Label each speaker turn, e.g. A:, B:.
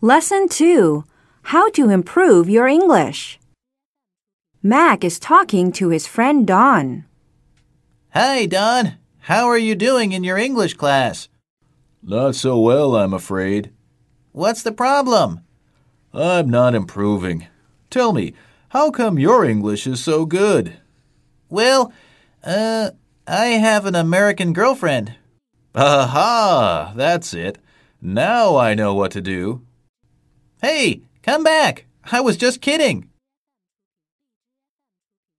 A: Lesson 2 How to Improve Your English. Mac is talking to his friend Don.
B: Hi, Don. How are you doing in your English class?
C: Not so well, I'm afraid.
B: What's the problem?
C: I'm not improving. Tell me, how come your English is so good?
B: Well, uh, I have an American girlfriend.
C: Aha! That's it. Now I know what to do.
B: Hey, come back. I was just kidding.